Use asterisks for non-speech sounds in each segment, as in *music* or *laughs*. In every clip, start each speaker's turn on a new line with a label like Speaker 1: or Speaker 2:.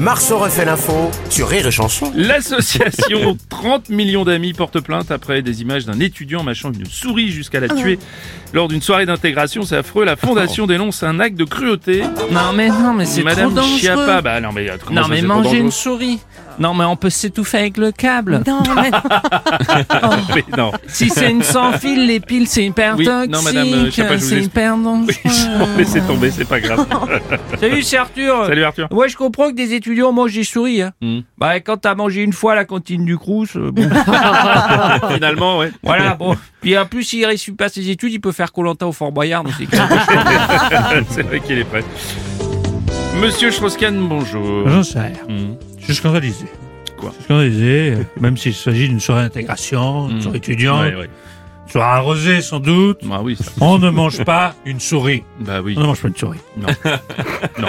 Speaker 1: Marceau refait l'info sur Rire et Chanson.
Speaker 2: L'association
Speaker 3: *laughs*
Speaker 2: 30 millions d'amis porte plainte après des images d'un étudiant mâchant une souris jusqu'à la tuer lors d'une soirée d'intégration. C'est affreux. La fondation dénonce un acte de cruauté.
Speaker 3: Oh. Non mais non mais c'est trop
Speaker 2: Madame
Speaker 3: dangereux.
Speaker 2: Chiappa, bah non mais comment
Speaker 3: non
Speaker 2: ça,
Speaker 3: mais
Speaker 2: c'est trop
Speaker 3: manger
Speaker 2: dangereux
Speaker 3: une souris. Non mais on peut s'étouffer avec le câble. *laughs*
Speaker 4: Non, mais
Speaker 2: Mais *laughs* non.
Speaker 3: Si c'est une sans fil, les piles c'est hyper
Speaker 2: Oui, non,
Speaker 3: toxique.
Speaker 2: madame, euh, je sais pas, je vous
Speaker 3: c'est
Speaker 2: explique.
Speaker 3: hyper dangereux.
Speaker 2: Laissez tomber, c'est pas
Speaker 3: *laughs*
Speaker 2: grave.
Speaker 3: Salut c'est Arthur.
Speaker 2: Salut Arthur. Hmm.
Speaker 3: Ouais je comprends que des étudiants mangent des souris. Hein. Bah quand t'as mangé une fois la cantine du Crous, euh,
Speaker 2: *laughs*
Speaker 3: bon,
Speaker 2: Finalement, ouais.
Speaker 3: voilà bon. Puis en plus s'il réussit pas ses études, il peut faire Colanta au Fort Boyard. donc c'est quand même-
Speaker 2: *laughs* c'est vrai qu'il est prêt. Monsieur Schroskan, bonjour.
Speaker 5: J'en sais rien.
Speaker 2: Hmm.
Speaker 5: Je suis scandalisé.
Speaker 2: Quoi Mmh.
Speaker 5: Je suis scandalisé, euh, *laughs* même s'il s'agit d'une soirée d'intégration, une soirée étudiante,
Speaker 2: Ouais, ouais.
Speaker 5: une soirée arrosée sans doute.
Speaker 2: Bah oui, ça.
Speaker 5: On ne mange pas *laughs* une souris.
Speaker 2: Bah oui.
Speaker 5: On ne mange pas une souris. *laughs*
Speaker 2: Non. Non.
Speaker 5: non.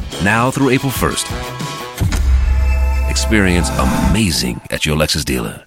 Speaker 6: now through April 1st. Experience amazing at your Lexus dealer.